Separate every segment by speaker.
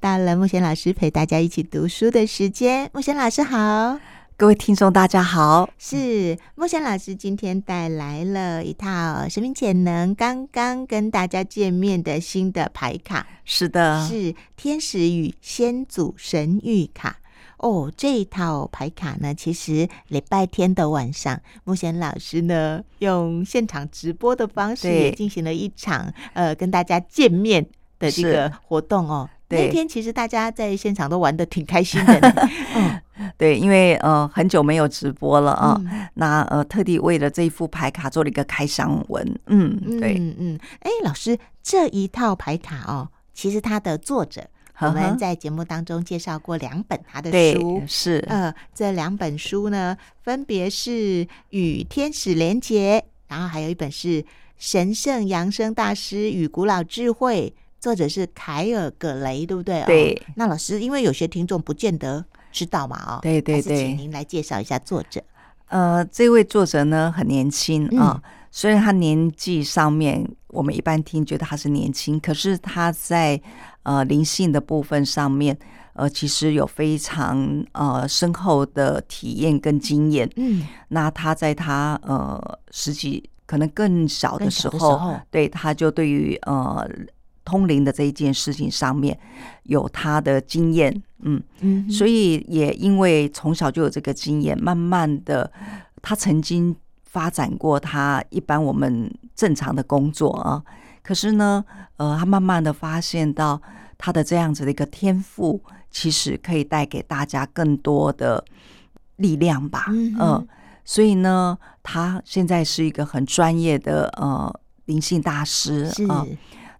Speaker 1: 到了木贤老师陪大家一起读书的时间。木贤老师好，
Speaker 2: 各位听众大家好，
Speaker 1: 是木贤老师今天带来了一套生命潜能刚刚跟大家见面的新的牌卡，
Speaker 2: 是的，
Speaker 1: 是天使与先祖神谕卡。哦，这一套牌卡呢，其实礼拜天的晚上，木贤老师呢用现场直播的方式
Speaker 2: 对
Speaker 1: 也进行了一场呃跟大家见面的这
Speaker 2: 是
Speaker 1: 个活动哦。
Speaker 2: 对
Speaker 1: 那天其实大家在现场都玩的挺开心的 呢，嗯
Speaker 2: 对，因为呃很久没有直播了啊，
Speaker 1: 嗯
Speaker 2: 那呃特地为了这一副牌卡做了一个开箱文，嗯，对，
Speaker 1: 嗯嗯，哎，老师这一套牌卡哦，其实它的作者我
Speaker 2: 呵呵
Speaker 1: 们在节目当中介绍过两本他的
Speaker 2: 对
Speaker 1: 书，
Speaker 2: 是，
Speaker 1: 呃，这两本书呢，分别是《与天使连结》，然后还有一本是《神圣扬声大师与古老智慧》，作者是凯尔·葛雷，对不对？哦
Speaker 2: 对。
Speaker 1: 那老师，因为有些听众不见得知道嘛，哦，
Speaker 2: 对
Speaker 1: 还
Speaker 2: 对
Speaker 1: 是请
Speaker 2: 对，
Speaker 1: 您来介绍一下作者。
Speaker 2: 呃，这位作者呢很年轻
Speaker 1: 嗯
Speaker 2: 啊、虽然他年纪上面我们一般听觉得他是年轻，可是他在呃灵性的部分上面，呃，其实有非常呃深厚的体验跟经验。
Speaker 1: 嗯，
Speaker 2: 那他在他呃十几可能更小
Speaker 1: 更
Speaker 2: 的
Speaker 1: 小
Speaker 2: 时
Speaker 1: 的
Speaker 2: 候，啊
Speaker 1: 时候
Speaker 2: 对他就对于呃通灵的这一件事情上面有他的经验，嗯，
Speaker 1: 嗯
Speaker 2: 所
Speaker 1: 以
Speaker 2: 以也因为从小就有这个经验，慢慢的他曾经发展过他一般我们正常的工作啊，可是呢，呃，他慢慢的发现到他的这样子的一个天赋，其实可以带给大家更多的力量吧，
Speaker 1: 嗯
Speaker 2: 嗯、
Speaker 1: 哼
Speaker 2: 所以呢，他现在是一个很专业的呃灵性大师
Speaker 1: 是
Speaker 2: 啊、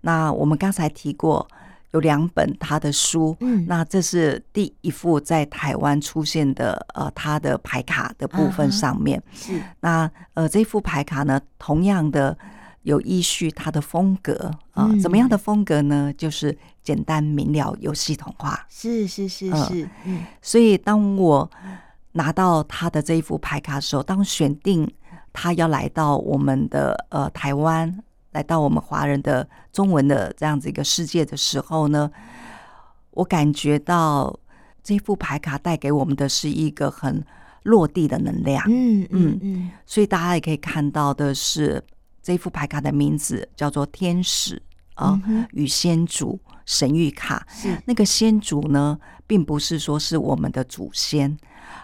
Speaker 2: 那我们刚才提过有两本他的书，
Speaker 1: 嗯
Speaker 2: 那这是第一副在台湾出现的呃他的牌卡的部
Speaker 1: 啊哈
Speaker 2: 分上面。
Speaker 1: 是
Speaker 2: 那呃这副牌卡呢，同样的有依序它的风格啊、
Speaker 1: 嗯
Speaker 2: 怎么样的风格呢？就是简单明了，有系统化。
Speaker 1: 是是是
Speaker 2: 嗯
Speaker 1: 是，嗯
Speaker 2: 所以当我拿到他的这一副牌卡的时候，当选定他要来到我们的呃台湾，来到我们华人的中文的这样子一个世界的时候呢，我感觉到这副牌卡带给我们的是一个很落地的能量。
Speaker 1: 嗯嗯
Speaker 2: 嗯
Speaker 1: 嗯，
Speaker 2: 所以大家也可以看到的是，这副牌卡的名字叫做天使啊、
Speaker 1: 嗯哼
Speaker 2: 与先祖神谕卡。
Speaker 1: 是
Speaker 2: 那个先祖呢，并不是说是我们的祖先，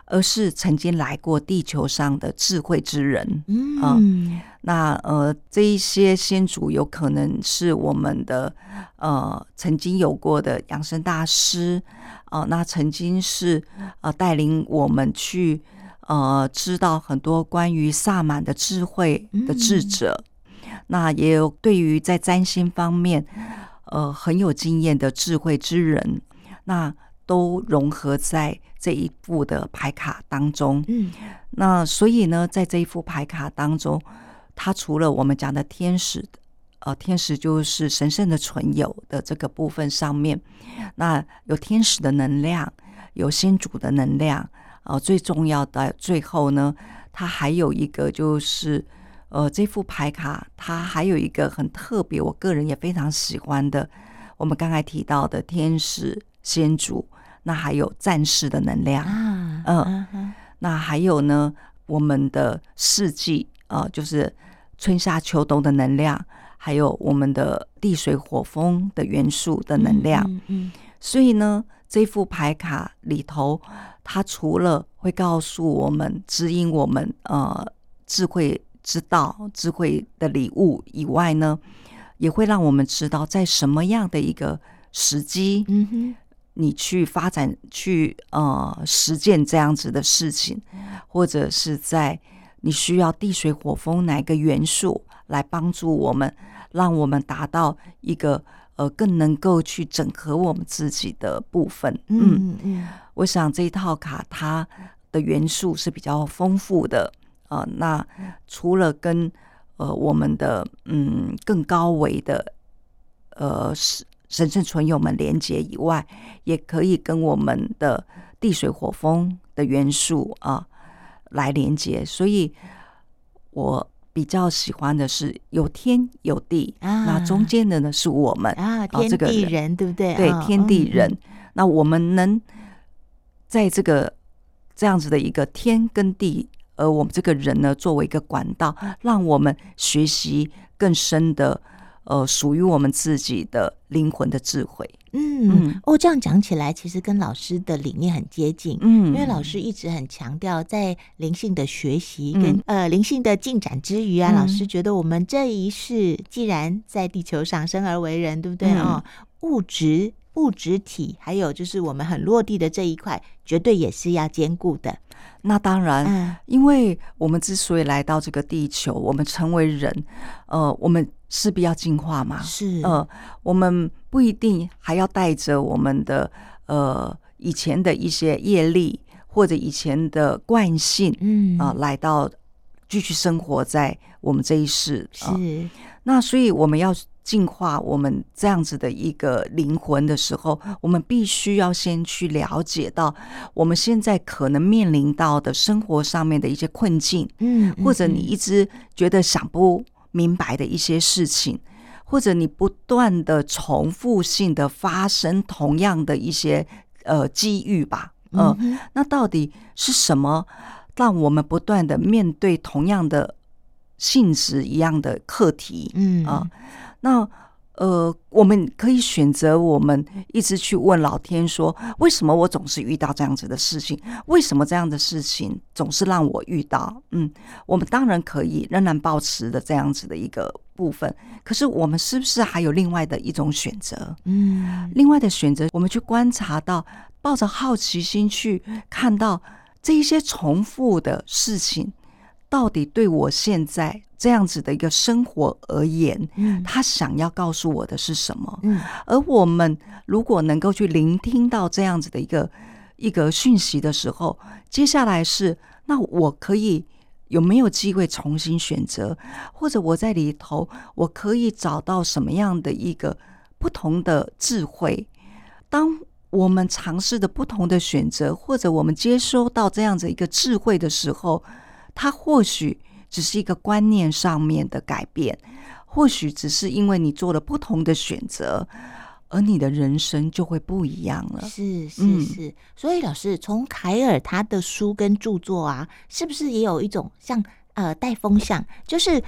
Speaker 2: 而是曾经来过地球上的智慧之人。
Speaker 1: 嗯
Speaker 2: 那呃，这一些先祖有可能是我们的呃曾经有过的养生大师，呃，那曾经是呃带领我们去呃知道很多关于萨满的智慧的智者，那也有对于在占星方面呃很有经验的智慧之人，那都融合在这一部的牌卡当中。
Speaker 1: 嗯
Speaker 2: 那所以呢，在这一副牌卡当中，它除了我们讲的天使，呃，天使就是神圣的存有的这个部分上面，那有天使的能量，有先祖的能量，呃，最重要的最后呢，它还有一个就是。呃，这副牌卡它还有一个很特别，我个人也非常喜欢的，我们刚才提到的天使、先祖，那还有战士的能量。
Speaker 1: 啊
Speaker 2: 嗯
Speaker 1: 啊哈
Speaker 2: 那还有呢，我们的四季啊、呃就是春夏秋冬的能量，还有我们的地水火风的元素的能量。
Speaker 1: 嗯嗯
Speaker 2: 所以呢，这副牌卡里头，它除了会告诉我们、指引我们呃智慧之道、智慧的礼物以外呢，也会让我们知道在什么样的一个时机，
Speaker 1: 嗯哼。
Speaker 2: 你去发展、去呃实践这样子的事情，或者是在你需要地水火风哪一个元素来帮助我们，让我们达到一个呃更能够去整合我们自己的部分。嗯，
Speaker 1: 嗯嗯
Speaker 2: 我想这一套卡它的元素是比较丰富的。呃，那除了跟呃我们的嗯更高维的呃神神圣存友们连接以外，也可以跟我们的地水火风的元素啊、来连接。所以，我比较喜欢的是有天有地，
Speaker 1: 啊
Speaker 2: 那中间的呢是我们
Speaker 1: 啊，
Speaker 2: 哦
Speaker 1: 天
Speaker 2: 这个
Speaker 1: 地
Speaker 2: 人
Speaker 1: 人对不对？
Speaker 2: 对
Speaker 1: 啊
Speaker 2: 天地
Speaker 1: 嗯
Speaker 2: 人。那我们能在这个这样子的一个天跟地，而我们这个人呢，作为一个管道，让我们学习更深的，呃，属于我们自己的灵魂的智慧。
Speaker 1: 嗯
Speaker 2: 嗯，
Speaker 1: 哦，这样讲起来，其实跟老师的理念很接近。因
Speaker 2: 嗯
Speaker 1: 为老师一直很强调，在灵性的学习
Speaker 2: 嗯
Speaker 1: 跟、呃灵性的进展之余啊，
Speaker 2: 嗯
Speaker 1: 老师觉得我们这一世既然在地球上生而为人，对不对
Speaker 2: 嗯
Speaker 1: 哦？物质、物质体，还有就是我们很落地的这一块，绝对也是要兼顾的。
Speaker 2: 那当然，
Speaker 1: 嗯
Speaker 2: 因为我们之所以来到这个地球，我们成为人，呃，我们势必要进化嘛。
Speaker 1: 是，
Speaker 2: 呃，我们不一定还要带着我们的呃以前的一些业力或者以前的惯性
Speaker 1: 嗯
Speaker 2: 啊、来到继续生活在我们这一世啊、
Speaker 1: 是，嗯
Speaker 2: 那所以我们要净化我们这样子的一个灵魂的时候，我们必须要先去了解到我们现在可能面临到的生活上面的一些困境，
Speaker 1: 嗯，
Speaker 2: 或者
Speaker 1: 嗯
Speaker 2: 你一直觉得想不明白的一些事情，或者你不断的重复性的发生同样的一些呃机遇吧，嗯、
Speaker 1: 嗯哼
Speaker 2: 那到底是什么让我们不断的面对同样的性质一样的课题？
Speaker 1: 嗯
Speaker 2: 啊，那呃，我们可以选择我们一直去问老天说，为什么我总是遇到这样子的事情？为什么这样的事情总是让我遇到？嗯，我们当然可以仍然保持的这样子的一个部分，可是我们是不是还有另外的一种选择？
Speaker 1: 嗯
Speaker 2: 另外的选择，我们去观察到，抱着好奇心去看到这一些重复的事情，到底对我现在这样子的一个生活而言，
Speaker 1: 嗯
Speaker 2: 他想要告诉我的是什么？
Speaker 1: 嗯
Speaker 2: 而我们如果能够去聆听到这样子的一个一个讯息的时候，接下来是那我可以有没有机会重新选择，或者我在里头我可以找到什么样的一个不同的智慧？当我们尝试的不同的选择，或者我们接收到这样子一个智慧的时候，它或许只是一个观念上面的改变，或许只是因为你做了不同的选择，而你的人生就会不一样了。
Speaker 1: 是是
Speaker 2: 嗯
Speaker 1: 是，所以老师从凯尔他的书跟著作啊，是不是也有一种像呃带风向，就是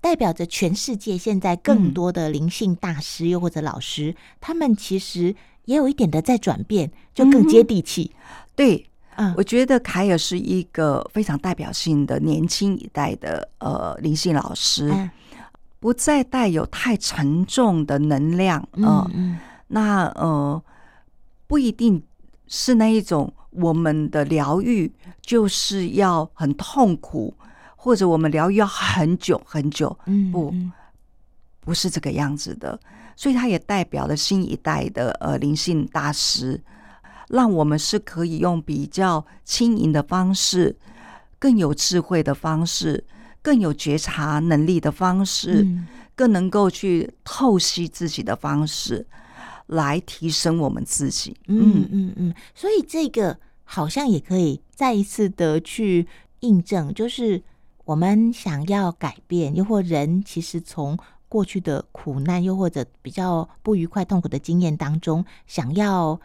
Speaker 1: 代表着全世界现在更
Speaker 2: 嗯
Speaker 1: 多的灵性大师又或者老师，他们其实也有一点的在转变，就更接
Speaker 2: 嗯哼
Speaker 1: 地气。
Speaker 2: 对，
Speaker 1: 嗯，
Speaker 2: 我觉得凯尔是一个非常代表性的年轻一代的呃灵性老师，
Speaker 1: 嗯
Speaker 2: 不再带有太沉重的能量。嗯、
Speaker 1: 嗯嗯
Speaker 2: 那呃，不一定是那一种我们的疗愈就是要很痛苦，或者我们疗愈要很久很久，
Speaker 1: 嗯，
Speaker 2: 不
Speaker 1: 嗯
Speaker 2: 不是这个样子的。所以，它也代表了新一代的呃灵性大师，让我们是可以用比较轻盈的方式，更有智慧的方式，更有觉察能力的方式，
Speaker 1: 嗯
Speaker 2: 更能够去透析自己的方式，来提升我们自己。
Speaker 1: 嗯嗯嗯，所以这个好像也可以再一次的去印证，就是我们想要改变，又或人其实从过去的苦难，又或者比较不愉快、痛苦的经验当中，想要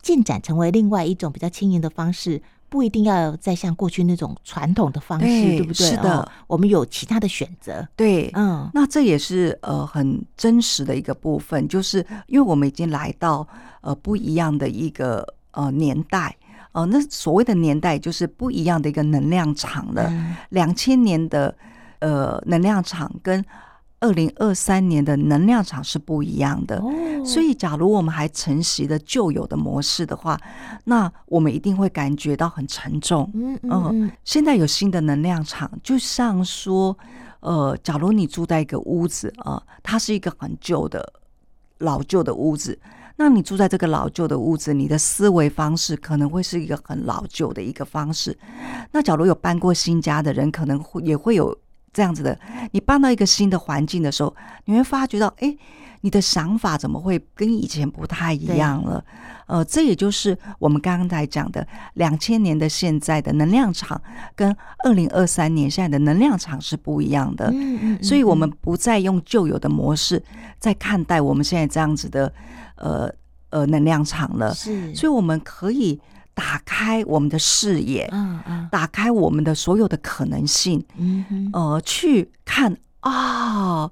Speaker 1: 进展成为另外一种比较轻盈的方式。不一定要再像过去那种传统的方式，对
Speaker 2: 对
Speaker 1: 不对？
Speaker 2: 是的
Speaker 1: 哦我们有其他的选择。
Speaker 2: 对，
Speaker 1: 嗯
Speaker 2: 那这也是呃很真实的一个部分，就是因为我们已经来到呃不一样的一个呃年代，呃，那所谓的年代就是不一样的一个能量场了。
Speaker 1: 嗯
Speaker 2: 两千年的呃能量场跟二零二三年的能量场是不一样的。
Speaker 1: 哦
Speaker 2: 所以，假如我们还承袭了旧有的模式的话，那我们一定会感觉到很沉重。
Speaker 1: 嗯嗯
Speaker 2: 嗯
Speaker 1: 嗯
Speaker 2: 现在有新的能量场，就像说，呃，假如你住在一个屋子啊、呃它是一个很旧的、老旧的屋子，那你住在这个老旧的屋子，你的思维方式可能会是一个很老旧的一个方式。那假如有搬过新家的人，可能会也会有这样子的。你搬到一个新的环境的时候，你会发觉到，哎，你的想法怎么会跟以前不太一样了？呃，这也就是我们刚才讲的，两千年的现在的能量场跟二零二三年现在的能量场是不一样的。
Speaker 1: 嗯嗯，
Speaker 2: 所以，我
Speaker 1: 嗯
Speaker 2: 们不再用旧有的模式在看待我们现在这样子的，呃，呃能量场了，
Speaker 1: 嗯是，
Speaker 2: 所以我们可以打开我们的视野，
Speaker 1: 嗯嗯
Speaker 2: 打开我们的所有的可能性，
Speaker 1: 嗯哼，
Speaker 2: 呃，去看啊、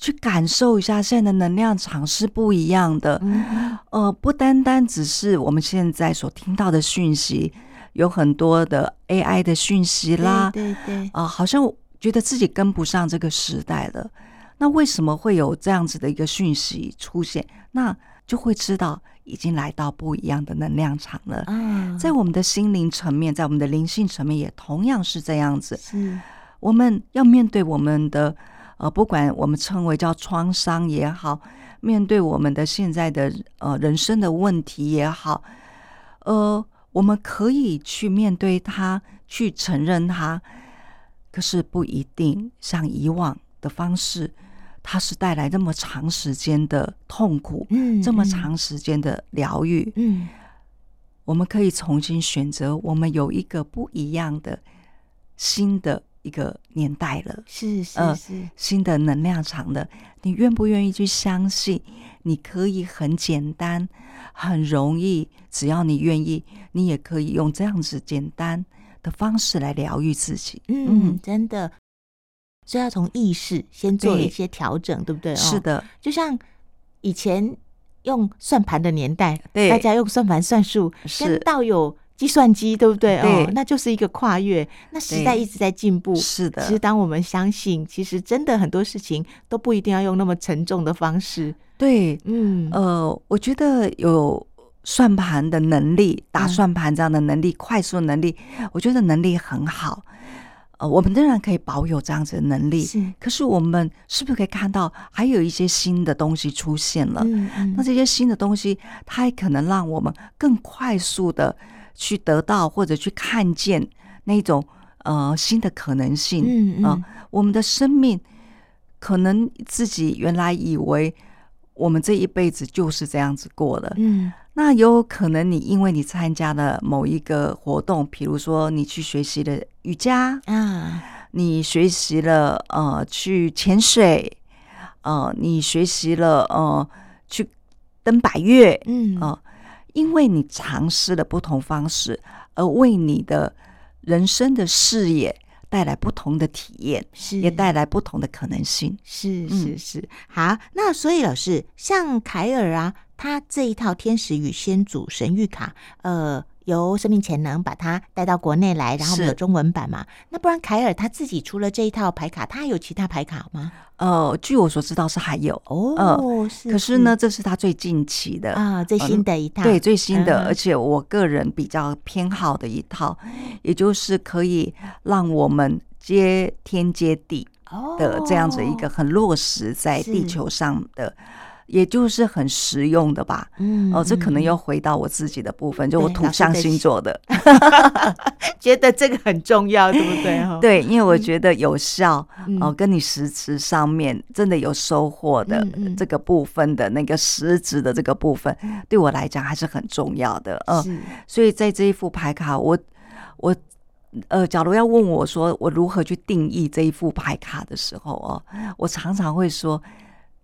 Speaker 2: 去感受一下现在的能量场是不一样的。
Speaker 1: 嗯哼
Speaker 2: 呃，不单单只是我们现在所听到的讯息，有很多的 AI 的讯息啦，
Speaker 1: 对对对，
Speaker 2: 啊、好像觉得自己跟不上这个时代了。那为什么会有这样子的一个讯息出现？那就会知道已经来到不一样的能量场了。
Speaker 1: 啊，
Speaker 2: 在我们的心灵层面，在我们的灵性层面，也同样是这样子。
Speaker 1: 是，
Speaker 2: 我们要面对我们的呃，不管我们称为叫创伤也好，面对我们的现在的呃人生的问题也好，呃，我们可以去面对它，去承认它，可是不一定像以往的方式，它是带来那么长时间的痛苦，
Speaker 1: 嗯，
Speaker 2: 这么
Speaker 1: 嗯，
Speaker 2: 长时间的疗愈。
Speaker 1: 嗯，
Speaker 2: 我们可以重新选择，我们有一个不一样的新的一个年代了。
Speaker 1: 是是
Speaker 2: 呃
Speaker 1: 是，
Speaker 2: 新的能量场的，你愿不愿意去相信？你可以很简单、很容易，只要你愿意，你也可以用这样子简单的方式来疗愈自己。
Speaker 1: 嗯，，真的，所以要从意识先做一
Speaker 2: 对
Speaker 1: 些调整，对不对？哦
Speaker 2: 是，的，
Speaker 1: 就像以前用算盘的年代，
Speaker 2: 对
Speaker 1: 大家用算盘算数，跟
Speaker 2: 是
Speaker 1: 到有计算机，对不对？哦
Speaker 2: 对，
Speaker 1: 那就是一个跨越。那时代
Speaker 2: 对
Speaker 1: 一直在进步，
Speaker 2: 是
Speaker 1: 其实，
Speaker 2: 的，
Speaker 1: 当我们相信，其实真的很多事情都不一定要用那么沉重的方式。
Speaker 2: 对，
Speaker 1: 嗯，
Speaker 2: 呃，我觉得有算盘的能力，打
Speaker 1: 嗯
Speaker 2: 算盘这样的能力，快速能力，我觉得能力很好。呃，我们仍然可以保有这样子的能力，
Speaker 1: 是，
Speaker 2: 可是我们是不是可以看到还有一些新的东西出现了？
Speaker 1: 嗯嗯
Speaker 2: 那这些新的东西，它也可能让我们更快速的去得到或者去看见那种呃新的可能性
Speaker 1: 嗯
Speaker 2: 啊、
Speaker 1: 嗯，
Speaker 2: 我们的生命可能自己原来以为我们这一辈子就是这样子过了，
Speaker 1: 嗯
Speaker 2: 那也有可能你因为你参加了某一个活动，比如说你去学习了瑜伽，
Speaker 1: 啊，
Speaker 2: 你学习了呃去潜水，呃，你学习了呃去登百越，
Speaker 1: 嗯
Speaker 2: 哦因为你尝试了不同方式，而为你的人生的视野带来不同的体验，
Speaker 1: 是
Speaker 2: 也带来不同的可能性。
Speaker 1: 是
Speaker 2: 嗯
Speaker 1: 是是，好，那所以老师，像凯尔啊，他这一套天使与先祖神谕卡，呃，由生命潜能把它带到国内来，然后我们
Speaker 2: 是
Speaker 1: 有中文版嘛？那不然凯尔他自己除了这一套牌卡，他还有其他牌卡吗？
Speaker 2: 呃，据我所知道是还有，
Speaker 1: 哦，是。
Speaker 2: 可是呢，这是他最近期的。
Speaker 1: 啊，最新的一套，
Speaker 2: 对最新的，
Speaker 1: 嗯
Speaker 2: 而且我个人比较偏好的一套，也就是可以让我们接天接地，的这样子一个
Speaker 1: 哦，
Speaker 2: 很落实在地
Speaker 1: 是
Speaker 2: 球上的，也就是很实用的吧。
Speaker 1: 嗯
Speaker 2: 哦，这
Speaker 1: 嗯
Speaker 2: 可能
Speaker 1: 嗯
Speaker 2: 又回到我自己的部分，就我
Speaker 1: 对
Speaker 2: 土
Speaker 1: 老师
Speaker 2: 象
Speaker 1: 的
Speaker 2: 星
Speaker 1: 喜
Speaker 2: 座的，
Speaker 1: 觉得这个很重要，对不 对？哈，
Speaker 2: 对，因为我觉得有效
Speaker 1: 哦嗯
Speaker 2: 哦，跟你实质上面真的有收获的
Speaker 1: 嗯嗯
Speaker 2: 这个部分的那个实质的这个部分，对我来讲还是很重要的。嗯，
Speaker 1: 是，
Speaker 2: 所以在这一副牌卡，我我呃，假如要问我说我如何去定义这一副牌卡的时候哦，我常常会说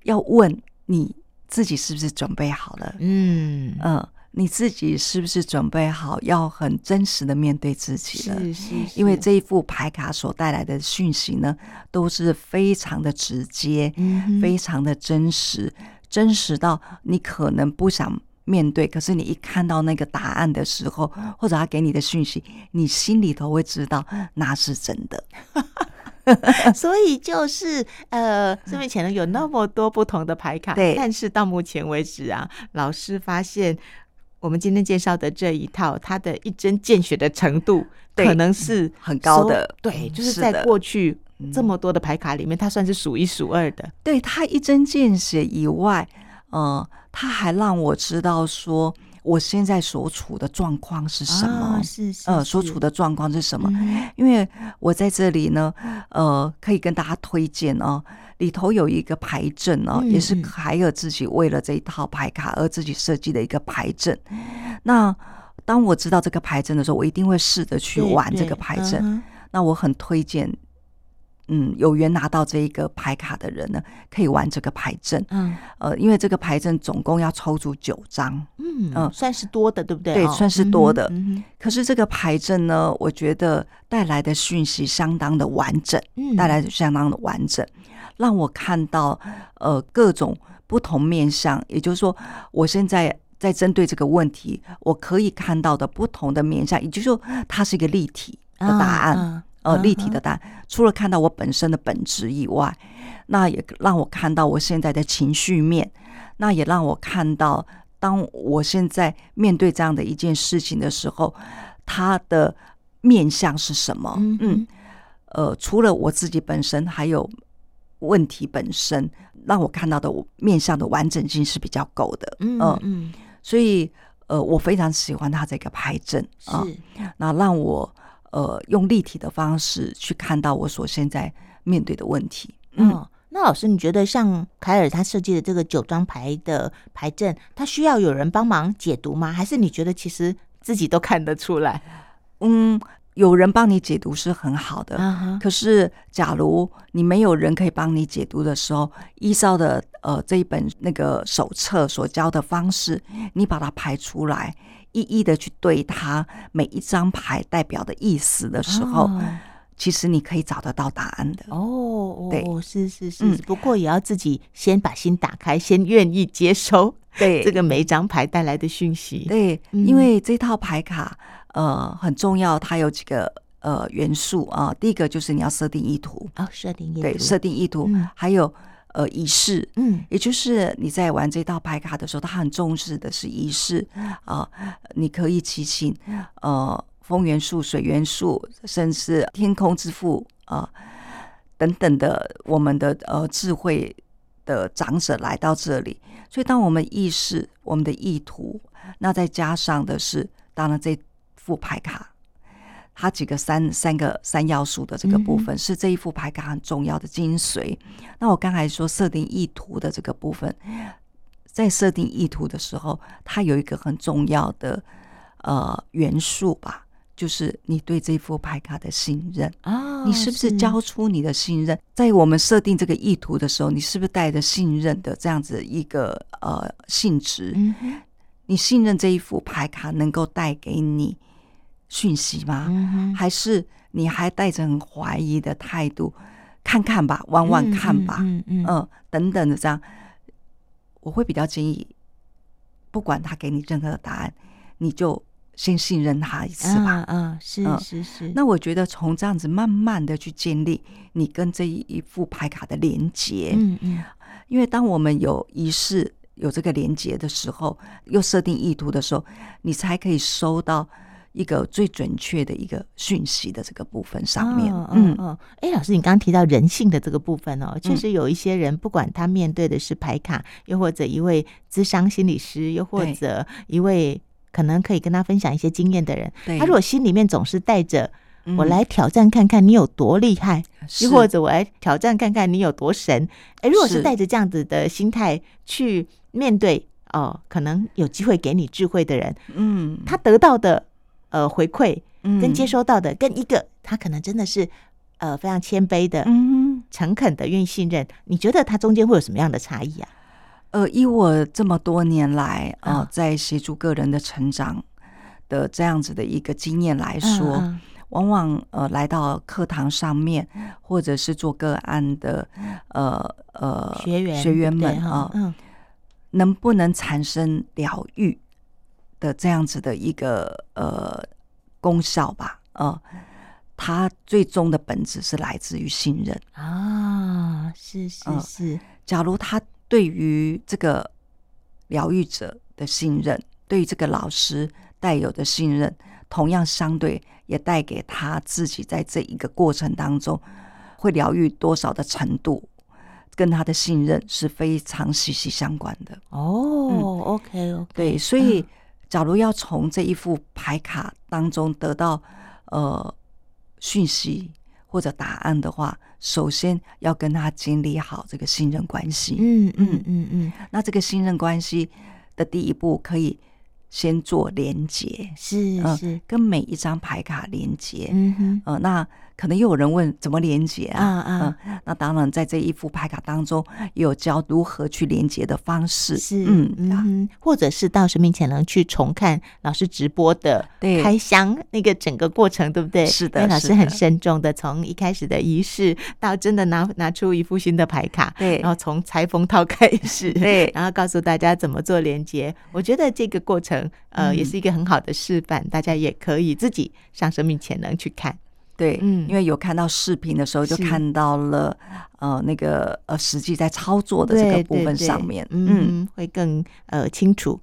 Speaker 2: 要问你自己是不是准备好了，
Speaker 1: 嗯，
Speaker 2: 嗯、你自己是不是准备好要很真实的面对自己了？
Speaker 1: 是是，
Speaker 2: 因为
Speaker 1: 是，
Speaker 2: 这一副牌卡所带来的讯息呢，都是非常的直接，
Speaker 1: 嗯哼
Speaker 2: 非常的真实，真实到你可能不想面对，可是你一看到那个答案的时候，或者他给你的讯息，你心里头会知道那是真的。
Speaker 1: 所以就是呃，生命潜能有那么多不同的牌卡，
Speaker 2: 对
Speaker 1: 但是到目前为止啊，老师发现我们今天介绍的这一套，它的一针见血的程度，
Speaker 2: 对嗯
Speaker 1: 可能是
Speaker 2: 很高的嗯
Speaker 1: 所对，就是
Speaker 2: 是
Speaker 1: 在
Speaker 2: 的
Speaker 1: 过去
Speaker 2: 嗯
Speaker 1: 这么多的牌卡里面，它算是数一数二的。
Speaker 2: 对他一针见血以外，呃，他还让我知道说我现在所处的状况是什么，
Speaker 1: 啊是是
Speaker 2: 呃，所处
Speaker 1: 的
Speaker 2: 的状况是什么。
Speaker 1: 嗯
Speaker 2: 因为我在这里呢，呃，可以跟大家推荐哦，里头有一个牌阵哦，
Speaker 1: 嗯
Speaker 2: 也是
Speaker 1: 嗯
Speaker 2: 凯尔自己为了这一套牌卡而自己设计的一个牌阵。那当我知道这个牌阵的时候，我一定会试着去
Speaker 1: 对嗯
Speaker 2: 玩这
Speaker 1: 对
Speaker 2: 个牌阵。
Speaker 1: 嗯哼
Speaker 2: 那我很推荐嗯有缘拿到这一个牌卡的人呢，可以玩这个牌阵。
Speaker 1: 嗯
Speaker 2: 呃，因为这个牌阵总共要抽出九张，
Speaker 1: 嗯，
Speaker 2: 嗯
Speaker 1: 算是多的，对不对？
Speaker 2: 对
Speaker 1: 哦
Speaker 2: 算是多的
Speaker 1: 嗯哼
Speaker 2: 可是这个牌阵呢，我觉得带来的讯息相当的完整，
Speaker 1: 嗯
Speaker 2: 带来的相当的完整，让我看到呃各种不同面向，也就是说，我现在。在针对这个问题，我可以看到的不同的面向，也就是说，它是一个立体
Speaker 1: 嗯
Speaker 2: 的答案。呃，立体的，答案，除了看到我本身的本质以外，那也让我看到我现在的情绪面，那也让我看到，当我现在面对这样的一件事情的时候，它的面向是什么？
Speaker 1: 嗯嗯
Speaker 2: 呃，除了我自己本身，还有问题本身，让我看到的我面向的完整性是比较够的。
Speaker 1: 嗯
Speaker 2: 呃
Speaker 1: 嗯嗯，
Speaker 2: 所以呃，我非常喜欢他这个牌阵啊。
Speaker 1: 是
Speaker 2: 那让我呃用立体的方式去看到我所现在面对的问题。嗯，
Speaker 1: 哦。那老师，你觉得像凯尔他设计的这个九张牌的牌阵，他需要有人帮忙解读吗？还是你觉得其实自己都看得出来？
Speaker 2: 嗯，有人帮你解读是很好的。
Speaker 1: 啊哈，
Speaker 2: 可是，假如你没有人可以帮你解读的时候，依照的呃这一本那个手册所教的方式，你把它排出来，一一的去对它每一张牌代表的意思的时候，
Speaker 1: 啊
Speaker 2: 其实你可以找得到答案的。
Speaker 1: 哦，
Speaker 2: 对
Speaker 1: 哦，是是是
Speaker 2: 嗯，
Speaker 1: 不过也要自己先把心打开，先愿意接 收
Speaker 2: 对
Speaker 1: 这个每一张牌带来的讯息。
Speaker 2: 对，
Speaker 1: 嗯
Speaker 2: 因为这套牌卡呃很重要，它有几个呃元素啊、第一个就是你要设定意图，
Speaker 1: 哦，设定也
Speaker 2: 对，设定意图，
Speaker 1: 嗯
Speaker 2: 还有呃仪式。
Speaker 1: 嗯
Speaker 2: 也就是你在玩这套牌卡的时候，它很重视的是仪式啊、你可以祈请呃风元素、水元素，甚至天空之父啊、等等的我们的呃智慧的长者来到这里。所以，当我们意识我们的意图，那再加上的是，当然这副牌卡。它几个三三个三要素的这个部分、是这一副牌卡很重要的精髓。那我刚才说设定意图的这个部分，在设定意图的时候，它有一个很重要的呃元素吧，就是你对这副牌卡的信任。
Speaker 1: 啊
Speaker 2: 你是不是交出你的信任？在我们设定这个意图的时候，你是不是带着信任的这样子一个呃性质？
Speaker 1: 嗯哼
Speaker 2: 你信任这一副牌卡能够带给你讯息吗？
Speaker 1: 嗯哼
Speaker 2: 还是你还带着很怀疑的态度？看看吧，玩玩看吧，
Speaker 1: 嗯嗯嗯嗯
Speaker 2: 嗯，等等的这样，我会比较建议，不管他给你任何答案，你就先信任他一次
Speaker 1: 啊
Speaker 2: 吧。
Speaker 1: 啊是
Speaker 2: 嗯
Speaker 1: 是是，
Speaker 2: 那我觉得从这样子慢慢的去建立你跟这一副牌卡的连接，
Speaker 1: 嗯嗯
Speaker 2: 因为当我们有仪式、有这个连接的时候，又设定意图的时候，你才可以收到一个最准确的一个讯息的这个部分上面。
Speaker 1: 嗯
Speaker 2: 嗯，
Speaker 1: 嗯，哎、老师，你刚刚提到人性的这个部分哦，确实有一些人，不管他面对的是牌卡，又或者一位咨商心理师，又或
Speaker 2: 对
Speaker 1: 者一位可能可以跟他分享一些经验的人，
Speaker 2: 对。
Speaker 1: 他如果心里面总是带着
Speaker 2: 嗯
Speaker 1: 我来挑战看看你有多厉害，
Speaker 2: 是
Speaker 1: 又或者我来挑战看看你有多神，哎，如果是
Speaker 2: 是
Speaker 1: 带着这样子的心态去面对哦，可能有机会给你智慧的人，
Speaker 2: 嗯，
Speaker 1: 他得到的呃回馈跟
Speaker 2: 嗯
Speaker 1: 接收到的，跟一个他可能真的是呃非常谦卑的、
Speaker 2: 嗯。
Speaker 1: 诚恳的、愿意信任，你觉得他中间会有什么样的差异啊？
Speaker 2: 呃，以我这么多年来啊、呃
Speaker 1: 啊
Speaker 2: 在协助个人的成长的这样子的一个经验来说，
Speaker 1: 嗯
Speaker 2: 往往呃来到课堂上面，或者是做个案的呃呃
Speaker 1: 嗯学员
Speaker 2: 学员
Speaker 1: 对
Speaker 2: 们
Speaker 1: 不对
Speaker 2: 啊、
Speaker 1: 哈嗯
Speaker 2: 能不能产生疗愈的这样子的一个呃功效吧？呃，它最终的本质是来自于信任。
Speaker 1: 啊，是是
Speaker 2: 嗯
Speaker 1: 是，
Speaker 2: 假如他对于这个疗愈者的信任，对于这个老师带有的信任，同样相对也带给他自己在这一个过程当中会疗愈多少的程度，跟他的信任是非常息息相关的。嗯
Speaker 1: 哦，OK OK，
Speaker 2: 对，所以假如要从这一副牌卡当中得到呃讯息或者答案的话，首先要跟他建立好这个信任关系。
Speaker 1: 嗯嗯嗯嗯，
Speaker 2: 那这个信任关系的第一步，可以先做连接，
Speaker 1: 是
Speaker 2: 嗯
Speaker 1: 是，
Speaker 2: 跟每一张牌卡连接。
Speaker 1: 嗯哼，
Speaker 2: 呃，那可能又有人问怎么连接
Speaker 1: 啊
Speaker 2: 啊？
Speaker 1: 啊，
Speaker 2: 嗯，那当然，在这一副牌卡当中，也有教如何去连接的方式。
Speaker 1: 是，
Speaker 2: 嗯，
Speaker 1: 嗯哼，或者是到生命潜能去重看老师直播的
Speaker 2: 对
Speaker 1: 开箱那个整个过程，对不对？哎
Speaker 2: 嗯是的
Speaker 1: 因为老
Speaker 2: 是
Speaker 1: 师很
Speaker 2: 的
Speaker 1: 慎重的，从一开始的仪式到真的拿拿出一副新的牌卡，
Speaker 2: 对
Speaker 1: 然后从拆封套开始，
Speaker 2: 对
Speaker 1: 然后告诉大家怎么做连接。我觉得这个过程，呃，
Speaker 2: 嗯
Speaker 1: 也是一个很好的示范，大家也可以自己上生命潜能去看。
Speaker 2: 对，
Speaker 1: 嗯
Speaker 2: 因为有看到视频的时候，就是看到了呃那个呃实际在操作的这个
Speaker 1: 对
Speaker 2: 部
Speaker 1: 对
Speaker 2: 分
Speaker 1: 对
Speaker 2: 上面，嗯，
Speaker 1: 嗯，会更呃清楚。